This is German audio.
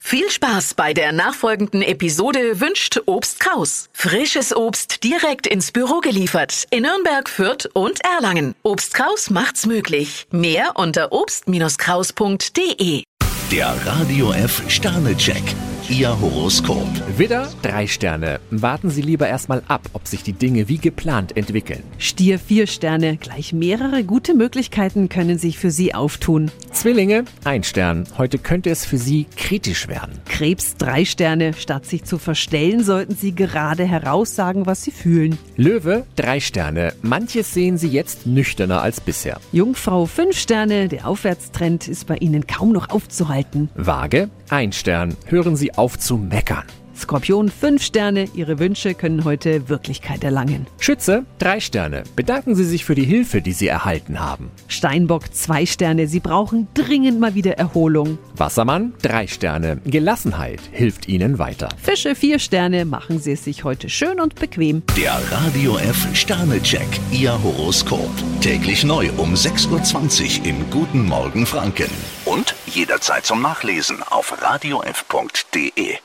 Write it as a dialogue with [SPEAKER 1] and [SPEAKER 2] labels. [SPEAKER 1] Viel Spaß bei der nachfolgenden Episode wünscht Obst Kraus. Frisches Obst direkt ins Büro geliefert in Nürnberg, Fürth und Erlangen. Obst Kraus macht's möglich. Mehr unter obst-kraus.de.
[SPEAKER 2] Der Radio F Sternecheck. Ihr Horoskop.
[SPEAKER 3] Widder, drei Sterne. Warten Sie lieber erstmal ab, ob sich die Dinge wie geplant entwickeln.
[SPEAKER 4] Stier vier Sterne, gleich mehrere gute Möglichkeiten können sich für Sie auftun.
[SPEAKER 3] Zwillinge, ein Stern. Heute könnte es für Sie kritisch werden.
[SPEAKER 4] Krebs drei Sterne, statt sich zu verstellen, sollten Sie gerade heraussagen, was Sie fühlen.
[SPEAKER 3] Löwe, drei Sterne. Manches sehen Sie jetzt nüchterner als bisher.
[SPEAKER 4] Jungfrau fünf Sterne, der Aufwärtstrend ist bei Ihnen kaum noch aufzuhalten.
[SPEAKER 3] Waage, ein Stern. Hören Sie auf zu meckern.
[SPEAKER 4] Skorpion fünf Sterne, Ihre Wünsche können heute Wirklichkeit erlangen.
[SPEAKER 3] Schütze, drei Sterne. Bedanken Sie sich für die Hilfe, die Sie erhalten haben.
[SPEAKER 4] Steinbock zwei Sterne, Sie brauchen dringend mal wieder Erholung.
[SPEAKER 3] Wassermann, drei Sterne. Gelassenheit hilft Ihnen weiter.
[SPEAKER 4] Fische vier Sterne, machen Sie es sich heute schön und bequem.
[SPEAKER 2] Der Radio F Sternecheck. Ihr Horoskop. Täglich neu um 6.20 Uhr im Guten Morgen Franken. Und jederzeit zum Nachlesen auf radiof.de.